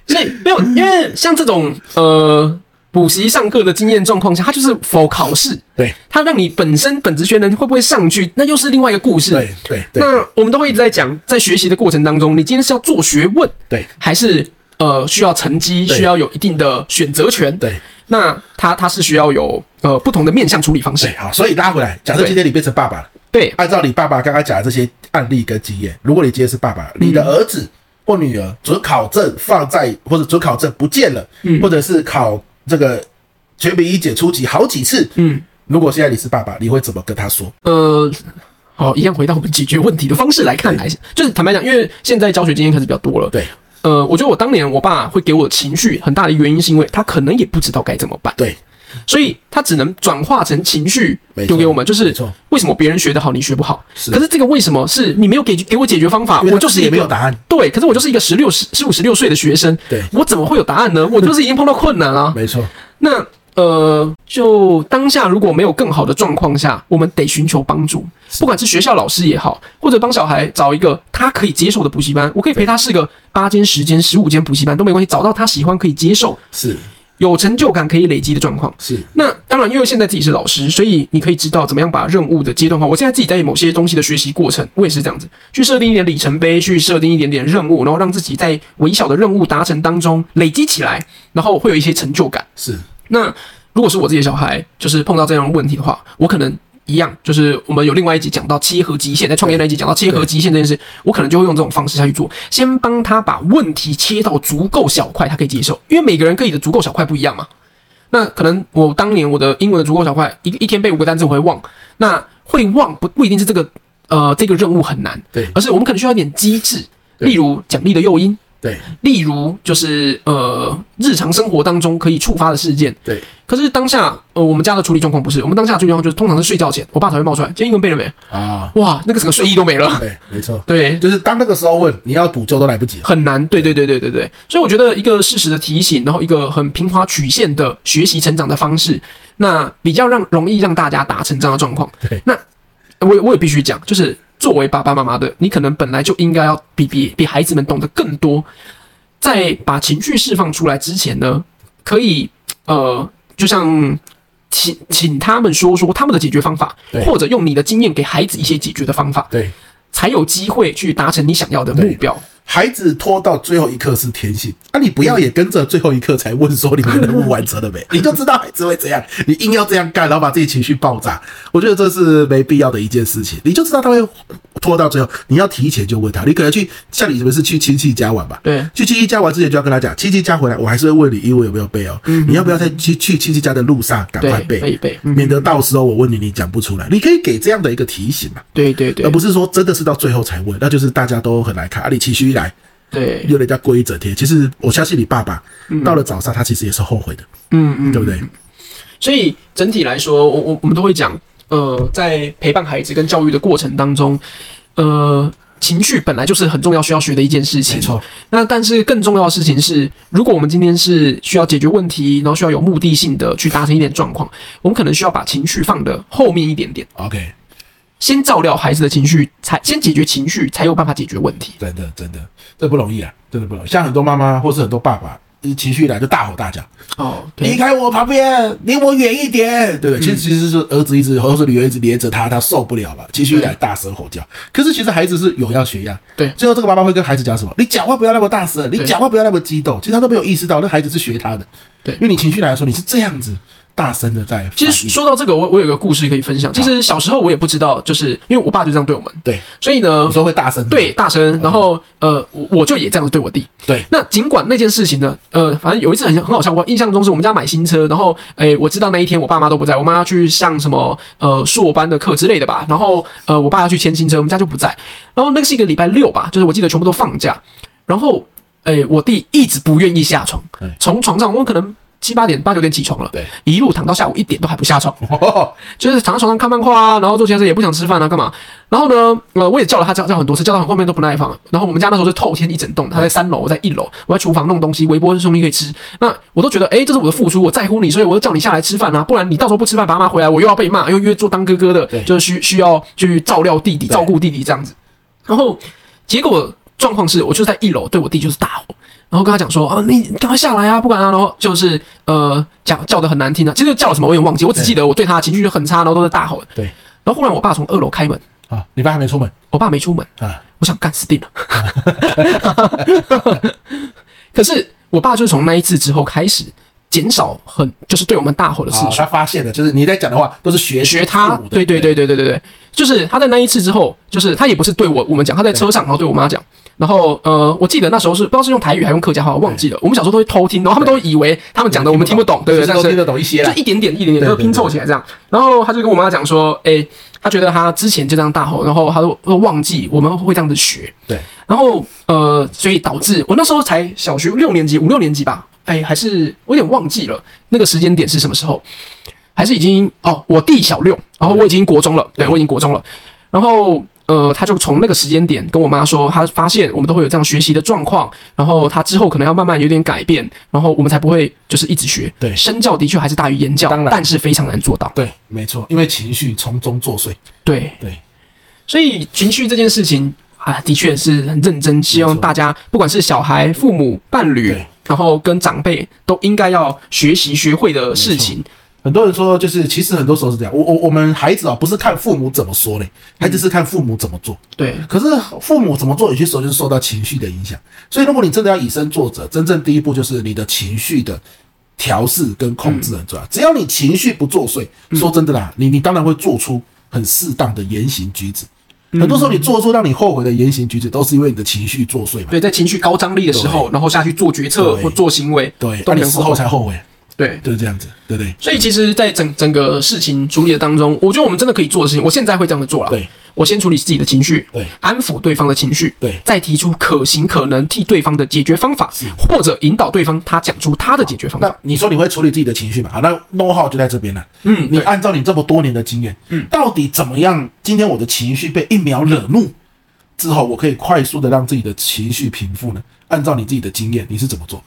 Speaker 1: 所以没有，因为像这种呃补习上课的经验状况下，它就是否考试，
Speaker 2: 对
Speaker 1: 它让你本身本职学能会不会上去，那又是另外一个故事。
Speaker 2: 对对对
Speaker 1: 那我们都会一直在讲，在学习的过程当中，你今天是要做学问，
Speaker 2: 对
Speaker 1: 还是呃需要成绩，
Speaker 2: 对
Speaker 1: 需要有一定的选择权？，
Speaker 2: 对
Speaker 1: 那它它是需要有呃不同的面向处理方式
Speaker 2: 对，。好，所以拉回来，假设今天你变成爸爸了，
Speaker 1: 对，
Speaker 2: 按照你爸爸刚刚讲的这些案例跟经验，如果你今天是爸爸，你的儿子或女儿准考证放在或者准考证不见了，或者是考这个全民一解初级好几次，
Speaker 1: 嗯，
Speaker 2: 如果现在你是爸爸，你会怎么跟他说？
Speaker 1: 呃，好，一样回到我们解决问题的方式来看，还是就是坦白讲，因为现在教学经验开始比较多了。
Speaker 2: 对
Speaker 1: 呃，我觉得我当年我爸会给我情绪很大的原因，是因为他可能也不知道该怎么办，
Speaker 2: 对
Speaker 1: 所以他只能转化成情绪
Speaker 2: 没错
Speaker 1: 丢给我们，就
Speaker 2: 没
Speaker 1: 是
Speaker 2: 错
Speaker 1: 为什么别人学得好你学不好？
Speaker 2: 是
Speaker 1: 可是这个为什么是你没有给给我解决方法？
Speaker 2: 因为他
Speaker 1: 我就
Speaker 2: 自
Speaker 1: 是
Speaker 2: 己
Speaker 1: 一
Speaker 2: 也
Speaker 1: 个
Speaker 2: 没有答案。
Speaker 1: 对，可是我就是一个十六十十五十六岁的学生，
Speaker 2: 对
Speaker 1: 我怎么会有答 案呢？我就是已经碰到困难了、
Speaker 2: 没错，
Speaker 1: 那呃，就当下如果没有更好的状况下，我们得寻求帮助，不管是学校老师也好，或者帮小孩找一个他可以接受的补习班，我可以陪他试个八间、十间、十五间补习班都没关系，找到他喜欢可以接受、
Speaker 2: 是
Speaker 1: 有成就感可以累积的状况。
Speaker 2: 是，
Speaker 1: 那当然，因为现在自己是老师，所以你可以知道怎么样把任务的阶段化。我现在自己在某些东西的学习过程，我也是这样子，去设定一点里程碑，去设定一点点任务，然后让自己在微小的任务达成当中累积起来，然后会有一些成就感。
Speaker 2: 是
Speaker 1: 那如果是我自己的小孩，就是碰到这样的问题的话，我可能一样，就是我们有另外一集讲到切合极限，在创业那一集讲到切合极限这件事，我可能就会用这种方式下去做，先帮他把问题切到足够小块，他可以接受，因为每个人可以的足够小块不一样嘛。那可能我当年我的英文的足够小块，一一天背五个单词我会忘，那会忘不不一定是这个呃这个任务很难，
Speaker 2: 对
Speaker 1: 而是我们可能需要一点机制，
Speaker 2: 对
Speaker 1: 例如奖励的诱因，
Speaker 2: 对
Speaker 1: 例如就是呃日常生活当中可以触发的事件，
Speaker 2: 对
Speaker 1: 可是当下，呃，我们家的处理状况不是，我们当下的处理状况就是通常是睡觉前，我爸才会冒出来，今天英文背了没？
Speaker 2: 啊，
Speaker 1: 哇，那个整个睡意都没了。
Speaker 2: 对，没错，
Speaker 1: 对，
Speaker 2: 就是当那个时候问你要补救都来不及了。
Speaker 1: 很难。对对对对对对。所以我觉得一个适时的提醒，然后一个很平滑曲线的学习成长的方式，那比较让容易让大家达成这样的状况。
Speaker 2: 对，
Speaker 1: 那我也我也必须讲，就是作为爸爸妈妈的，你可能本来就应该要比比比孩子们懂得更多，在把情绪释放出来之前呢，可以呃，就像。请请他们说说他们的解决方法
Speaker 2: 对，
Speaker 1: 或者用你的经验给孩子一些解决的方法，
Speaker 2: 对，
Speaker 1: 才有机会去达成你想要的目
Speaker 2: 对
Speaker 1: 标。
Speaker 2: 孩子拖到最后一刻是天性，那、你不要也跟着最后一刻才问说你们任务完成了 没，你就知道孩子会怎样，你硬要这样干，然后把自己情绪爆炸，我觉得这是没必要的一件事情，你就知道他会拖到最后，你要提前就问他，你可能去像你是不是去亲戚家玩吧？
Speaker 1: 对
Speaker 2: 去亲戚家玩之前就要跟他讲，亲戚家回来我还是会问你英文有没有背哦，你要不要在去去亲戚家的路上赶快
Speaker 1: 对背一背嗯
Speaker 2: 免得到时候我问你你讲不出来，你可以给这样的一个提醒嘛，
Speaker 1: 对对对
Speaker 2: 而，不是说真的是到最后才问，那就是大家都很来看，啊，你情绪一来。
Speaker 1: 对，
Speaker 2: 又人家过一整天。其实我相信你爸爸、到了早上，他其实也是后悔的，
Speaker 1: 嗯嗯。
Speaker 2: 对不对？
Speaker 1: 所以整体来说，我我我们都会讲，呃，在陪伴孩子跟教育的过程当中，呃，情绪本来就是很重要需要学的一件事情。。，那但是更重要的事情是，如果我们今天是需要解决问题，然后需要有目的性的去达成一点状况，我们可能需要把情绪放的后面一点点，
Speaker 2: OK，
Speaker 1: 先照料孩子的情绪，才先解决情绪，才有办法解决问题。
Speaker 2: 真的真的，这不容易啊，真的不容易。像很多妈妈或是很多爸爸，一情绪一来就大吼大叫，
Speaker 1: 哦，
Speaker 2: 离
Speaker 1: 对，
Speaker 2: 开我旁边，离我远一点，嗯对不对？其实其实是儿子一直，或是女儿一直黏着他，他受不了了，情绪一来大声吼叫。可是其实孩子是有样学样，
Speaker 1: 对
Speaker 2: 最后这个妈妈会跟孩子讲什么？你讲话不要那么大声，你讲话不要那么激动。其实他都没有意识到，那孩子是学他的，
Speaker 1: 对
Speaker 2: 因为你情绪来的时候，你是这样子大声的在反应，
Speaker 1: 其实说到这个，我我有一个故事可以分享。其实小时候我也不知道，就是因为我爸就这样对我们，
Speaker 2: 对。
Speaker 1: 所以呢
Speaker 2: 有，时候会大声，嗯
Speaker 1: 对，大声，然后呃，我我就也这样子对我弟。
Speaker 2: 对
Speaker 1: 那尽管那件事情呢，呃，反正有一次很很好笑，我印象中是我们家买新车，然后诶、我知道那一天我爸妈都不在，我妈要去上什么呃硕班的课之类的吧，然后呃，我爸要去签新车，我们家就不在。然后那个是一个礼拜六吧，就是我记得全部都放假，然后诶、我弟一直不愿意下床
Speaker 2: 嗯，
Speaker 1: 从床上我可能七八点、八九点起床了，
Speaker 2: 对，
Speaker 1: 一路躺到下午一点都还不下床，
Speaker 2: 哦
Speaker 1: 就是躺在床上看漫画啊，然后做其他事也不想吃饭啊，干嘛？然后呢，呃，我也叫了他叫叫很多次，叫到后面都不耐烦了。然后我们家那时候是透天一整栋，他在三楼，我在一楼，我在厨房弄东西，微波东西可以吃。那我都觉得，哎，这是我的付出，我在乎你，所以我就叫你下来吃饭啊，不然你到时候不吃饭，爸妈回来我又要被骂，又约做当哥哥的
Speaker 2: 对，
Speaker 1: 就是需需要去照料弟弟、照顾弟弟这样子。然后结果状况是，我就在一楼对我弟就是大吼，然后跟他讲说啊，你赶快下来啊，不管啊，然后就是呃讲叫的很难听啊，其实叫了什么我有点忘记，我只记得我对他的情绪就很差，然后都是大吼的。
Speaker 2: 对，
Speaker 1: 然后忽然我爸从二楼开门，
Speaker 2: 啊，你爸还没出门
Speaker 1: 我爸没出门，
Speaker 2: 啊？
Speaker 1: 我想干死定了。可是我爸就是从那一次之后开始减少很就是对我们大吼的次
Speaker 2: 啊，
Speaker 1: 数，
Speaker 2: 他发现了，就是你在讲的话都是学
Speaker 1: 学他
Speaker 2: 父母，的
Speaker 1: 对对对对对对对，就是他在那一次之后，就是他也不是对我我们讲，他在车上然后对我妈讲，然后呃，我记得那时候是不知道是用台语还是用客家话，我忘记了。我们小时候都会偷听，然后他们都以为他们讲的我们听不懂，对对，
Speaker 2: 学
Speaker 1: 但
Speaker 2: 生都听
Speaker 1: 是
Speaker 2: 得懂一些
Speaker 1: 就
Speaker 2: 啦。
Speaker 1: 一点点一点点
Speaker 2: 对
Speaker 1: 就拼凑起来这样。然后他就跟我妈讲说，诶，他觉得他之前就这样大吼，然后他都都忘记我们会这样子学，
Speaker 2: 对，
Speaker 1: 然后呃，所以导致我那时候才小学六年级五六年级吧，哎，还是我有点忘记了那个时间点是什么时候，还是已经哦，我弟小六，然后我已经国中了，对我已经国中了，然后呃，他就从那个时间点跟我妈说，他发现我们都会有这样学习的状况，然后他之后可能要慢慢有点改变，然后我们才不会就是一直学。
Speaker 2: 对
Speaker 1: 身教的确还是大于言教，
Speaker 2: 当然
Speaker 1: 但是非常难做到。
Speaker 2: 对，没错，因为情绪从中作祟。
Speaker 1: 对
Speaker 2: 对，
Speaker 1: 所以情绪这件事情啊，的确是很认真，希望大家不管是小孩、父母、伴侣
Speaker 2: 对，
Speaker 1: 然后跟长辈，都应该要学习学会的事情。
Speaker 2: 很多人说，就是其实很多时候是这样。我我我们孩子啊，不是看父母怎么说嘞，孩子是看父母怎么做。
Speaker 1: 对，
Speaker 2: 可是父母怎么做，有些时候就是受到情绪的影响。所以，如果你真的要以身作则，真正第一步就是你的情绪的调试跟控制很重要。只要你情绪不作祟，说真的啦，你你当然会做出很适当的言行举止。很多时候，你做出让你后悔的言行举止，都是因为你的情绪作祟嘛。
Speaker 1: 对，在情绪高张力的时候，然后下去做决策
Speaker 2: 对
Speaker 1: 或做行为，
Speaker 2: 对，
Speaker 1: 都
Speaker 2: 那
Speaker 1: 没
Speaker 2: 你
Speaker 1: 有
Speaker 2: 事后才后悔，
Speaker 1: 对。
Speaker 2: 就是这样子，对不对？
Speaker 1: 所以其实，在整整个事情处理的当中，我觉得我们真的可以做的事情，我现在会这样子做了。
Speaker 2: 对，
Speaker 1: 我先处理自己的情绪，
Speaker 2: 对
Speaker 1: 安抚对方的情绪，
Speaker 2: 对
Speaker 1: 再提出可行可能替对方的解决方法，或者引导对方他讲出他的解决方法
Speaker 2: 那。你说你会处理自己的情绪嘛？好，那 know how 就在这边了。
Speaker 1: 嗯
Speaker 2: 你按照你这么多年的经验，嗯，到底怎么样？今天我的情绪被一秒惹怒之后，我可以快速的让自己的情绪平复呢？按照你自己的经验，你是怎么做？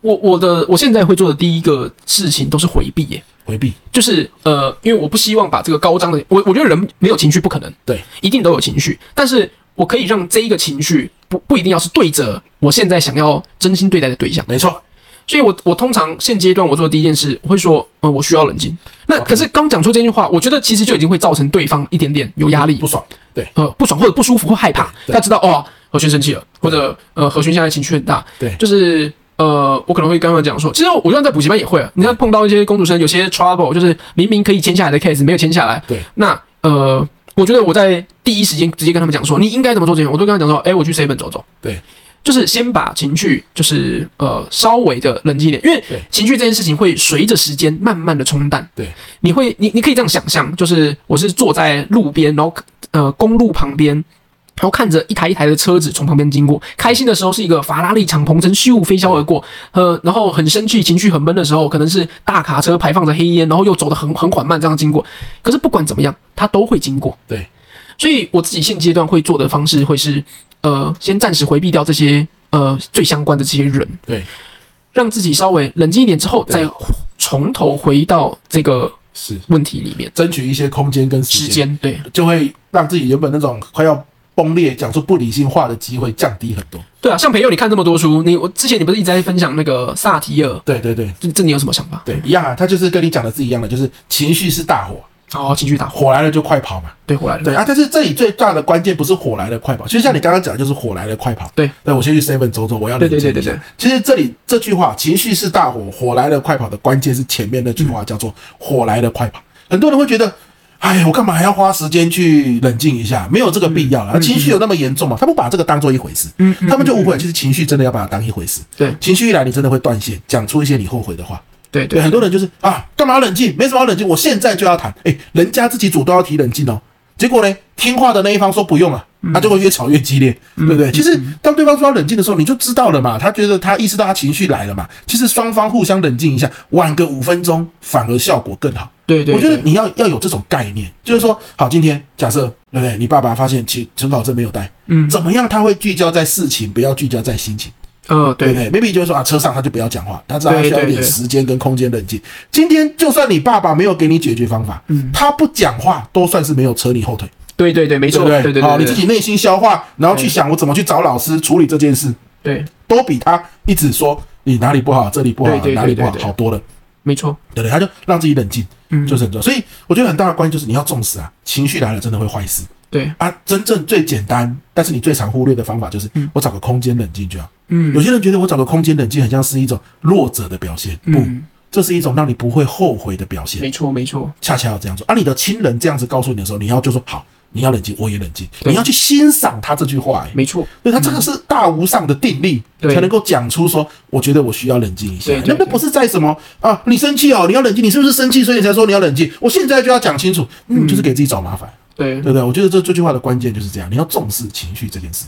Speaker 1: 我我的我现在会做的第一个事情都是回避耶，
Speaker 2: 回避，
Speaker 1: 就是呃，因为我不希望把这个高张的，我我觉得人没有情绪不可能，
Speaker 2: 对，
Speaker 1: 一定都有情绪，但是我可以让这一个情绪不不一定要是对着我现在想要真心对待的对象。
Speaker 2: 没错，
Speaker 1: 所以我我通常现阶段我做的第一件事，我会说，呃，我需要冷静。那可是刚讲出这句话，我觉得其实就已经会造成对方一点点有压力
Speaker 2: 不，爽，对
Speaker 1: 呃，不爽或者不舒服或害怕。
Speaker 2: 对对
Speaker 1: 他知道哦，何轩生气了，或者呃，何轩现在情绪很大，
Speaker 2: 对
Speaker 1: 就是。呃，我可能会跟他们讲说，其实我就算在补习班也会啊，你看碰到一些公主生，有些 trouble，就是明明可以签下来的 case 没有签下来，
Speaker 2: 对，
Speaker 1: 那呃，我觉得我在第一时间直接跟他们讲说，你应该怎么做这件事，我都跟他讲说，哎、我去 seven 走走，
Speaker 2: 对，
Speaker 1: 就是先把情绪就是呃稍微的冷静一点，因为
Speaker 2: 对
Speaker 1: 情绪这件事情会随着时间慢慢的冲淡。
Speaker 2: 对，
Speaker 1: 你会你你可以这样想象，就是我是坐在路边，然后呃公路旁边。然后看着一台一台的车子从旁边经过，开心的时候是一个法拉利敞篷车咻飞霄而过，呃，然后很生气、情绪很闷的时候，可能是大卡车排放着黑烟，然后又走得很很缓慢这样经过。可是不管怎么样，它都会经过。
Speaker 2: 对，
Speaker 1: 所以我自己现阶段会做的方式会是，呃，先暂时回避掉这些呃最相关的这些人，
Speaker 2: 对，
Speaker 1: 让自己稍微冷静一点之后，
Speaker 2: 对
Speaker 1: 再从头回到这个
Speaker 2: 是
Speaker 1: 问题里面。
Speaker 2: 争取一些空间跟时
Speaker 1: 时
Speaker 2: 间，
Speaker 1: 间对
Speaker 2: 就会让自己原本那种快要崩裂、讲出不理性话的机会降低很多。
Speaker 1: 对啊，像朋友，你看这么多书，你我之前你不是一直在分享那个萨提尔，
Speaker 2: 对对对
Speaker 1: 这这你有什么想法？
Speaker 2: 对，一样啊，他就是跟你讲的是一样的，就是情绪是大火，
Speaker 1: 哦，情绪打火，
Speaker 2: 火来了就快跑嘛。
Speaker 1: 对，回来了，
Speaker 2: 对啊，但是这里最大的关键不是火来的快跑，其实像你刚刚讲，的就是火来的快跑。
Speaker 1: 对，
Speaker 2: 对我先去 seven 走走，我要冷静一下
Speaker 1: 对对对对对
Speaker 2: 其实这里这句话“情绪是大火，火来的快跑”的关键是前面那句
Speaker 1: 嗯
Speaker 2: 话，叫做“火来的快跑”。很多人会觉得，哎，我干嘛还要花时间去冷静一下？没有这个必
Speaker 1: 嗯
Speaker 2: 要了。情绪有那么严重吗？他不把这个当做一回事，嗯，他们就误会了，其实情绪真的要把它当一回事。
Speaker 1: 对
Speaker 2: 情绪一来，你真的会断线，讲出一些你后悔的话。
Speaker 1: 对
Speaker 2: 对，
Speaker 1: 对
Speaker 2: 很多人就是啊，干嘛要冷静？没什么好冷静，我现在就要谈。哎，人家自己主动要提冷静哦，结果呢，听话的那一方说不用了，
Speaker 1: 嗯
Speaker 2: 他就会越吵越激烈，对不对？其实当对方说要冷静的时候，你就知道了嘛，他觉得他意识到他情绪来了嘛。其实双方互相冷静一下，晚个五分钟，反而效果更好。
Speaker 1: 对对，
Speaker 2: 我觉得
Speaker 1: 对
Speaker 2: 你要要有这种概念，就是说，好，今天假设对不对？你爸爸发现其准考证没有带，
Speaker 1: 嗯
Speaker 2: 怎么样？他会聚焦在事情，不要聚焦在心情，
Speaker 1: 呃
Speaker 2: 对
Speaker 1: 对
Speaker 2: 不对？maybe 就是说啊，车上他就不要讲话，他知道他
Speaker 1: 对
Speaker 2: 需要一
Speaker 1: 对
Speaker 2: 点
Speaker 1: 对
Speaker 2: 时间跟空间冷静。今天就算你爸爸没有给你解决方法，
Speaker 1: 嗯
Speaker 2: 他不讲话都算是没有扯你后腿，
Speaker 1: 对对对，没
Speaker 2: 对
Speaker 1: 错，
Speaker 2: 不
Speaker 1: 对对对，
Speaker 2: 好，
Speaker 1: 对
Speaker 2: 你自己内心消化，然后去想我怎么去找老师处理这件事，
Speaker 1: 对，
Speaker 2: 都比他一直说你哪里不好，这里不好，
Speaker 1: 对对对
Speaker 2: 哪里不好
Speaker 1: 对对
Speaker 2: 好多了。
Speaker 1: 没错，
Speaker 2: 对不对？他就让自己冷静，
Speaker 1: 嗯
Speaker 2: 就是很重要。所以我觉得很大的关键就是你要重视啊，情绪来了真的会坏事
Speaker 1: 对，
Speaker 2: 啊。真正最简单，但是你最常忽略的方法就是，我找个空间冷静就好。有
Speaker 1: 嗯
Speaker 2: 些人觉得我找个空间冷静，很像是一种弱者的表现，不，
Speaker 1: 嗯，
Speaker 2: 这是一种让你不会后悔的表现。
Speaker 1: 没错没错，
Speaker 2: 恰恰要这样做。而、啊、你的亲人这样子告诉你的时候，你要就说好，你要冷静，我也冷静，
Speaker 1: 对
Speaker 2: 你要去欣赏他这句话、欸。
Speaker 1: 没错，
Speaker 2: 对他这个是大无上的定力，
Speaker 1: 对
Speaker 2: 才能够讲出说，我觉得我需要冷静一下
Speaker 1: 对。对
Speaker 2: 那那
Speaker 1: 对
Speaker 2: 不是在什么啊？你生气哦，你要冷静，你是不是生气？所以你才说你要冷静？我现在就要讲清楚，嗯，就是给自己找麻烦，
Speaker 1: 对
Speaker 2: 对不对？我觉得这这句话的关键就是这样，你要重视情绪这件事，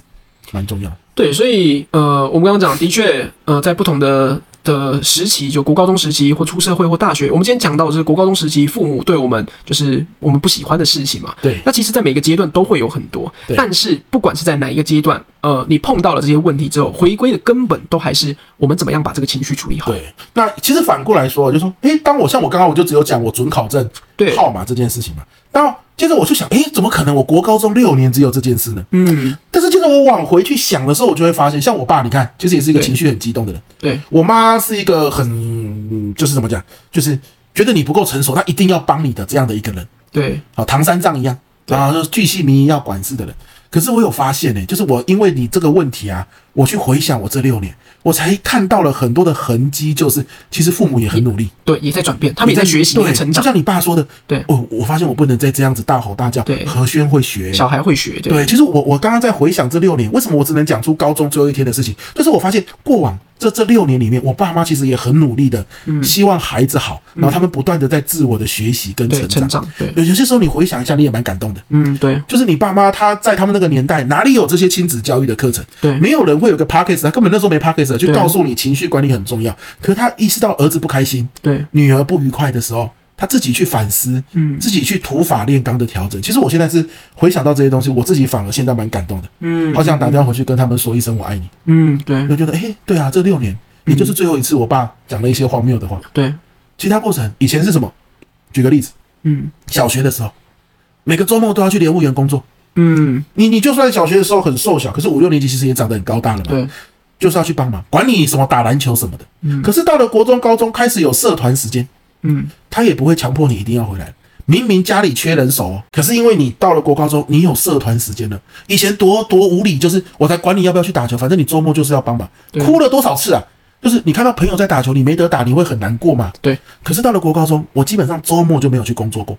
Speaker 2: 蛮重要的。
Speaker 1: 对，所以呃，我们刚刚讲，的确，呃，在不同的的时期，就国高中时期或出社会或大学，我们今天讲到的是国高中时期父母对我们就是我们不喜欢的事情嘛。
Speaker 2: 对
Speaker 1: 那其实，在每个阶段都会有很多
Speaker 2: 对，
Speaker 1: 但是不管是在哪一个阶段，呃，你碰到了这些问题之后，回归的根本都还是我们怎么样把这个情绪处理好。
Speaker 2: 对，那其实反过来说，就说，诶，当我像我刚刚我就只有讲我准考证
Speaker 1: 对
Speaker 2: 号码这件事情嘛，那接着我就想，诶，怎么可能？我国高中六年只有这件事呢？
Speaker 1: 嗯，
Speaker 2: 但是接着我往回去想的时候，我就会发现，像我爸，你看，其实也是一个
Speaker 1: 对
Speaker 2: 情绪很激动的人。
Speaker 1: 对，
Speaker 2: 我妈是一个很，就是怎么讲，就是觉得你不够成熟，她一定要帮你的这样的一个人，
Speaker 1: 对，
Speaker 2: 好，唐三藏一样，啊，就是巨细靡遗要管事的人。可是我有发现呢、就是我因为你这个问题啊，我去回想我这六年，我才看到了很多的痕迹，就是其实父母也很努力，
Speaker 1: 对，也在转变，他们也在学习，也在
Speaker 2: 对，
Speaker 1: 成
Speaker 2: 就
Speaker 1: 长，
Speaker 2: 像你爸说的，
Speaker 1: 对
Speaker 2: 我我发现我不能再这样子大吼大叫，
Speaker 1: 对
Speaker 2: 何轩会学、
Speaker 1: 小孩会学，对，
Speaker 2: 对，其实我我刚刚在回想这六年，为什么我只能讲出高中最后一天的事情？就是我发现过往这这六年里面，我爸妈其实也很努力的，
Speaker 1: 嗯
Speaker 2: 希望孩子好，然后他们不断的在自我的学习跟
Speaker 1: 对，
Speaker 2: 成
Speaker 1: 成
Speaker 2: 长。
Speaker 1: 长，对，
Speaker 2: 有有些时候你回想一下，你也蛮感动的。
Speaker 1: 嗯，对，
Speaker 2: 就是你爸妈他在他们那个年代哪里有这些亲子教育的课程？
Speaker 1: 对
Speaker 2: 没有人会有个 p a c k a g e 他根本那时候没 p a c k a g e 去
Speaker 1: 对
Speaker 2: 告诉你情绪管理很重要。可是他意识到儿子不开心，
Speaker 1: 对，
Speaker 2: 女儿不愉快的时候，他自己去反思，
Speaker 1: 嗯
Speaker 2: 自己去土法炼钢的调整。其实我现在是回想到这些东西，我自己反而现在蛮感动的，
Speaker 1: 嗯
Speaker 2: 好想打电话回去跟他们说一声我爱你。
Speaker 1: 嗯，对
Speaker 2: 我，就觉得，诶，对啊，这六年，也
Speaker 1: 嗯
Speaker 2: 就是最后一次我爸讲了一些荒谬的话。
Speaker 1: 对，
Speaker 2: 其他过程以前是什么？举个例子，
Speaker 1: 嗯
Speaker 2: 小学的时候，每个周末都要去莲雾园工作。
Speaker 1: 嗯，
Speaker 2: 你你就算小学的时候很瘦小，可是五六年级其实也长得很高大了嘛，
Speaker 1: 对。
Speaker 2: 就是要去帮忙，管你什么打篮球什么的。
Speaker 1: 嗯
Speaker 2: 可是到了国中、高中开始有社团时间，
Speaker 1: 嗯，
Speaker 2: 他也不会强迫你一定要回来。明明家里缺人手哦，可是因为你到了国高中，你有社团时间了。以前多多无理，就是我才管你要不要去打球，反正你周末就是要帮忙。
Speaker 1: 对
Speaker 2: 哭了多少次啊？就是你看到朋友在打球，你没得打，你会很难过嘛？
Speaker 1: 对。
Speaker 2: 可是到了国高中，我基本上周末就没有去工作过，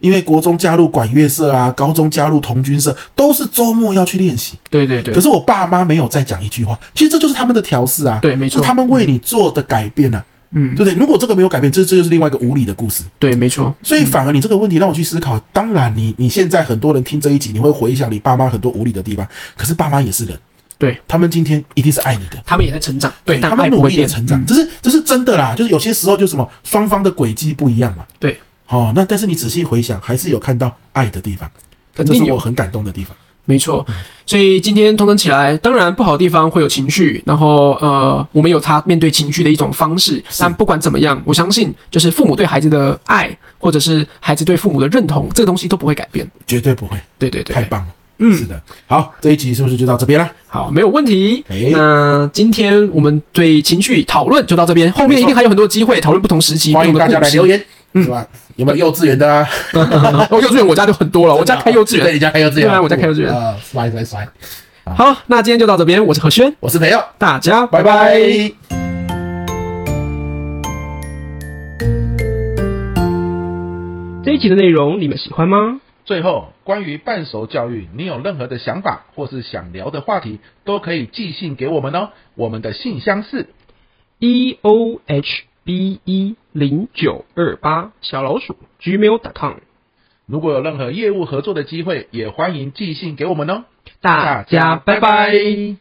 Speaker 2: 因为国中加入管乐社啊，高中加入童军社，都是周末要去练习。
Speaker 1: 对对对
Speaker 2: 可，是我爸妈没有再讲一句话，其实这就是他们的调试啊，
Speaker 1: 对没错
Speaker 2: 是他们为你做的改变啊，
Speaker 1: 嗯
Speaker 2: 对不对？如果这个没有改变，这这就是另外一个无理的故事。
Speaker 1: 对，没错，
Speaker 2: 所以反而你这个问题让我去思考。当然你，你现在很多人听这一集，你会回想你爸妈很多无理的地方，可是爸妈也是人，
Speaker 1: 对
Speaker 2: 他们今天一定是爱你的。
Speaker 1: 他们也在成长，
Speaker 2: 对
Speaker 1: 但
Speaker 2: 他
Speaker 1: 爱
Speaker 2: 们
Speaker 1: 不
Speaker 2: 努
Speaker 1: 会
Speaker 2: 力的
Speaker 1: 变，嗯
Speaker 2: 成长，这是这是真的啦。就是有些时候就什么双方的轨迹不一样嘛。
Speaker 1: 对，
Speaker 2: 哦，那但是你仔细回想，还是有看到爱的地方，
Speaker 1: 肯
Speaker 2: 这
Speaker 1: 定
Speaker 2: 是我
Speaker 1: 有，
Speaker 2: 很感动的地方。
Speaker 1: 没错。所以今天通通起来，当然不好的地方会有情绪，然后呃，我们有他面对情绪的一种方式。但不管怎么样，我相信就是父母对孩子的爱，或者是孩子对父母的认同，这个东西都不会改变。
Speaker 2: 绝对不会，
Speaker 1: 对对对
Speaker 2: 太，棒了。嗯，是的。好，这一集是不是就到这边了？
Speaker 1: 好，没有问题。
Speaker 2: 哎
Speaker 1: 那今天我们对情绪讨论就到这边，后面一定还有很多机会讨论不同时期、不
Speaker 2: 欢
Speaker 1: 同
Speaker 2: 迎
Speaker 1: 的
Speaker 2: 大家
Speaker 1: 故
Speaker 2: 来
Speaker 1: 事嗯
Speaker 2: 留。言，是吧？有没有幼稚园的啊？
Speaker 1: 哦，幼稚园我家就很多了，我
Speaker 2: 啊
Speaker 1: 家开幼稚
Speaker 2: 对，
Speaker 1: 园
Speaker 2: 你。家开幼稚园，
Speaker 1: 对啊我家开幼稚园
Speaker 2: 啊，摔摔摔！
Speaker 1: 好，那今天就到这边，我是何轩，
Speaker 2: 我是培佑，
Speaker 1: 大家
Speaker 2: 啊拜拜。
Speaker 1: 这一集的内容你们喜欢吗？
Speaker 3: 最后，关于半熟教育，你有任何的想法或是想聊的话题，都可以寄信给我们哦。我们的信箱是
Speaker 1: e o h b e 零九二八小老鼠 gmail.com。
Speaker 3: 如果有任何业务合作的机会，也欢迎寄信给我们哦。
Speaker 1: 大家拜拜